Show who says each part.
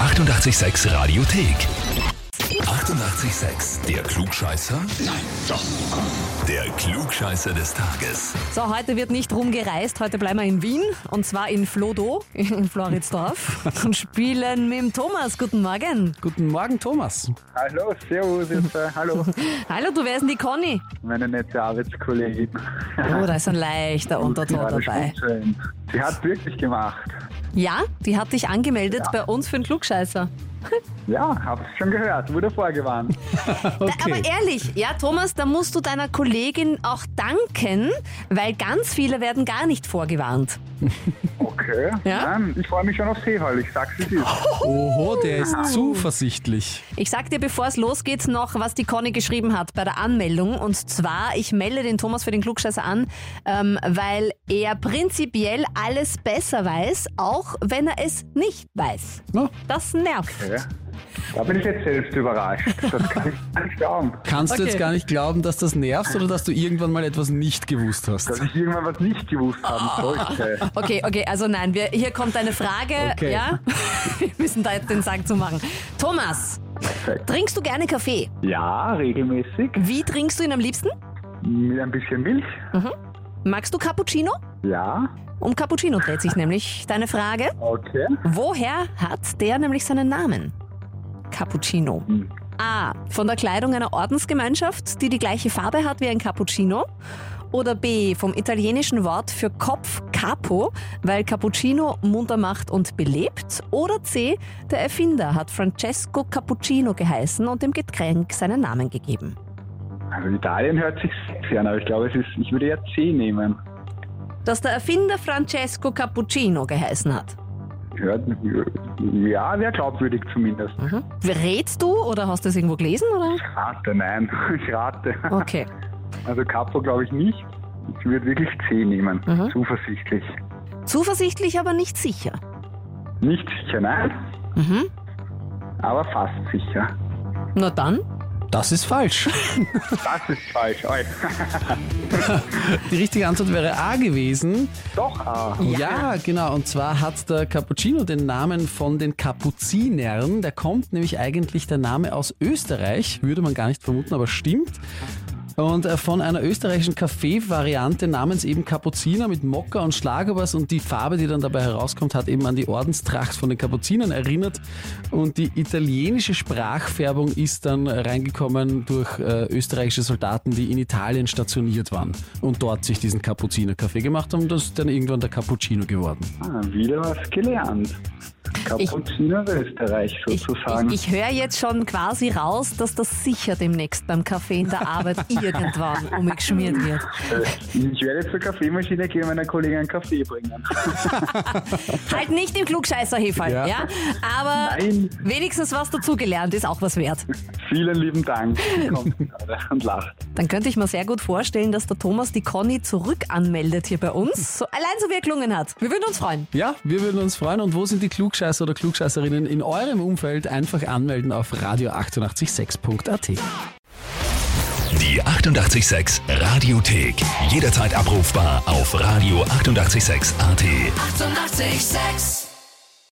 Speaker 1: 886 Radiothek. 88,6. Der Klugscheißer? Nein, doch. Der Klugscheißer des Tages.
Speaker 2: So, heute wird nicht rumgereist, heute bleiben wir in Wien und zwar in Flodo, in Floridsdorf und spielen mit dem Thomas. Guten Morgen.
Speaker 3: Guten Morgen, Thomas.
Speaker 4: Hallo, servus, jetzt, äh, hallo,
Speaker 2: Hallo, du wärst denn die Conny?
Speaker 4: meine nette Arbeitskollegin.
Speaker 2: Oh, da ist ein leichter Unterton
Speaker 4: Ja, das
Speaker 2: dabei.
Speaker 4: stimmt schon. Sie hat wirklich gemacht.
Speaker 2: Ja, die hat dich angemeldet
Speaker 4: Ja.
Speaker 2: bei uns für einen Klugscheißer.
Speaker 4: Ja, hab's schon gehört, wurde vorgewarnt.
Speaker 2: Da, aber ehrlich, ja, Thomas, da musst du deiner Kollegin auch danken, weil ganz viele werden gar nicht vorgewarnt.
Speaker 4: Okay,
Speaker 2: Ja?
Speaker 4: Nein, ich freue mich schon auf Seehall, ich sag's wie es ist.
Speaker 3: Oho, der ist zuversichtlich.
Speaker 2: Ich sag dir, bevor es losgeht, noch, was die Conny geschrieben hat bei der Anmeldung. Und zwar, ich melde den Thomas für den Klugscheißer an, ähm, weil er prinzipiell alles besser weiß, auch wenn er es nicht weiß.
Speaker 3: Na,
Speaker 2: Das nervt.
Speaker 4: Ja. Da bin ich jetzt selbst überrascht. Das kann ich gar nicht glauben.
Speaker 3: kannst du
Speaker 2: Okay.
Speaker 3: jetzt gar nicht glauben, dass das nervt oder dass du irgendwann mal etwas nicht gewusst
Speaker 4: Dass
Speaker 3: hast?
Speaker 4: ich irgendwann was nicht gewusst haben
Speaker 2: Ah.
Speaker 4: sollte.
Speaker 2: Okay, okay, also nein, wir, hier kommt eine Frage.
Speaker 3: Okay.
Speaker 2: Ja, wir müssen da jetzt den Sack zumachen. Thomas,
Speaker 4: Perfekt.
Speaker 2: trinkst du gerne Kaffee?
Speaker 4: Ja, regelmäßig.
Speaker 2: Wie trinkst du ihn am liebsten?
Speaker 4: Mit ein bisschen Milch.
Speaker 2: Magst du Cappuccino?
Speaker 4: Ja,
Speaker 2: Um Cappuccino dreht sich nämlich deine Frage.
Speaker 4: okay.
Speaker 2: Woher hat der nämlich seinen Namen? Cappuccino.
Speaker 4: Hm.
Speaker 2: A. Von der Kleidung einer Ordensgemeinschaft, die die gleiche Farbe hat wie ein Cappuccino. Oder B. Vom italienischen Wort für Kopf Capo, weil Cappuccino munter macht und belebt. Oder C. Der Erfinder hat Francesco Cappuccino geheißen und dem Getränk seinen Namen gegeben.
Speaker 4: Also Italien hört sich sexy an, aber ich glaube, es ist, ich würde ja C nehmen.
Speaker 2: Dass der Erfinder Francesco Cappuccino geheißen hat.
Speaker 4: Hört, ja, wäre glaubwürdig zumindest.
Speaker 2: Mhm. Hm? Rätst du oder hast du es irgendwo gelesen? Oder?
Speaker 4: Rate, nein, ich rate.
Speaker 2: Okay.
Speaker 4: Also Capo glaube ich nicht. Ich würde wirklich C nehmen,
Speaker 2: Mhm.
Speaker 4: zuversichtlich.
Speaker 2: Zuversichtlich, aber nicht sicher.
Speaker 4: Nicht sicher, nein,
Speaker 2: Mhm.
Speaker 4: aber fast sicher.
Speaker 2: Na dann,
Speaker 3: Das ist falsch.
Speaker 4: Das ist falsch. Oi.
Speaker 3: Die richtige Antwort wäre A gewesen.
Speaker 4: Doch, ah.
Speaker 3: Ja, genau. Und zwar hat der Cappuccino den Namen von den Kapuzinern. Da kommt nämlich eigentlich der Name aus Österreich. Würde man gar nicht vermuten, aber stimmt. Und äh, von einer österreichischen Kaffee-Variante namens eben Kapuziner mit Mokka und Schlagobers und die Farbe, die dann dabei herauskommt, hat eben an die Ordenstracht von den Kapuzinern erinnert. Und die italienische Sprachfärbung ist dann reingekommen durch äh, österreichische Soldaten, die in Italien stationiert waren und dort sich diesen Kapuziner-Kaffee gemacht haben. Das ist dann irgendwann der Cappuccino geworden.
Speaker 4: Ah, wieder was gelernt. Kapuziner Österreich
Speaker 2: ich,
Speaker 4: sozusagen.
Speaker 2: ich, ich höre jetzt schon quasi raus, dass das sicher demnächst beim Kaffee in der Arbeit irgendwann umgeschmiert wird.
Speaker 4: ich, werde jetzt zur Kaffeemaschine gehen und meiner Kollegin einen Kaffee bringen.
Speaker 2: Halt nicht im klugscheißer Hefall, ja.
Speaker 3: Ja.
Speaker 2: Aber
Speaker 4: Nein.
Speaker 2: wenigstens was dazugelernt ist auch was wert.
Speaker 4: Vielen lieben Dank. Kommt gerade und lacht.
Speaker 2: Dann könnte ich mir sehr gut vorstellen, dass der Thomas die Conny zurück anmeldet hier bei uns. So, allein so wie er gelungen hat. Wir würden uns freuen.
Speaker 3: Ja, wir würden uns freuen. Und wo sind die Klugscheißer oder Klugscheißerinnen in eurem Umfeld? Einfach anmelden auf radio886.at.
Speaker 1: Die 88,6 Radiothek. Jederzeit abrufbar auf radio886.at. 88,6.
Speaker 5: Eighty-eight, sex.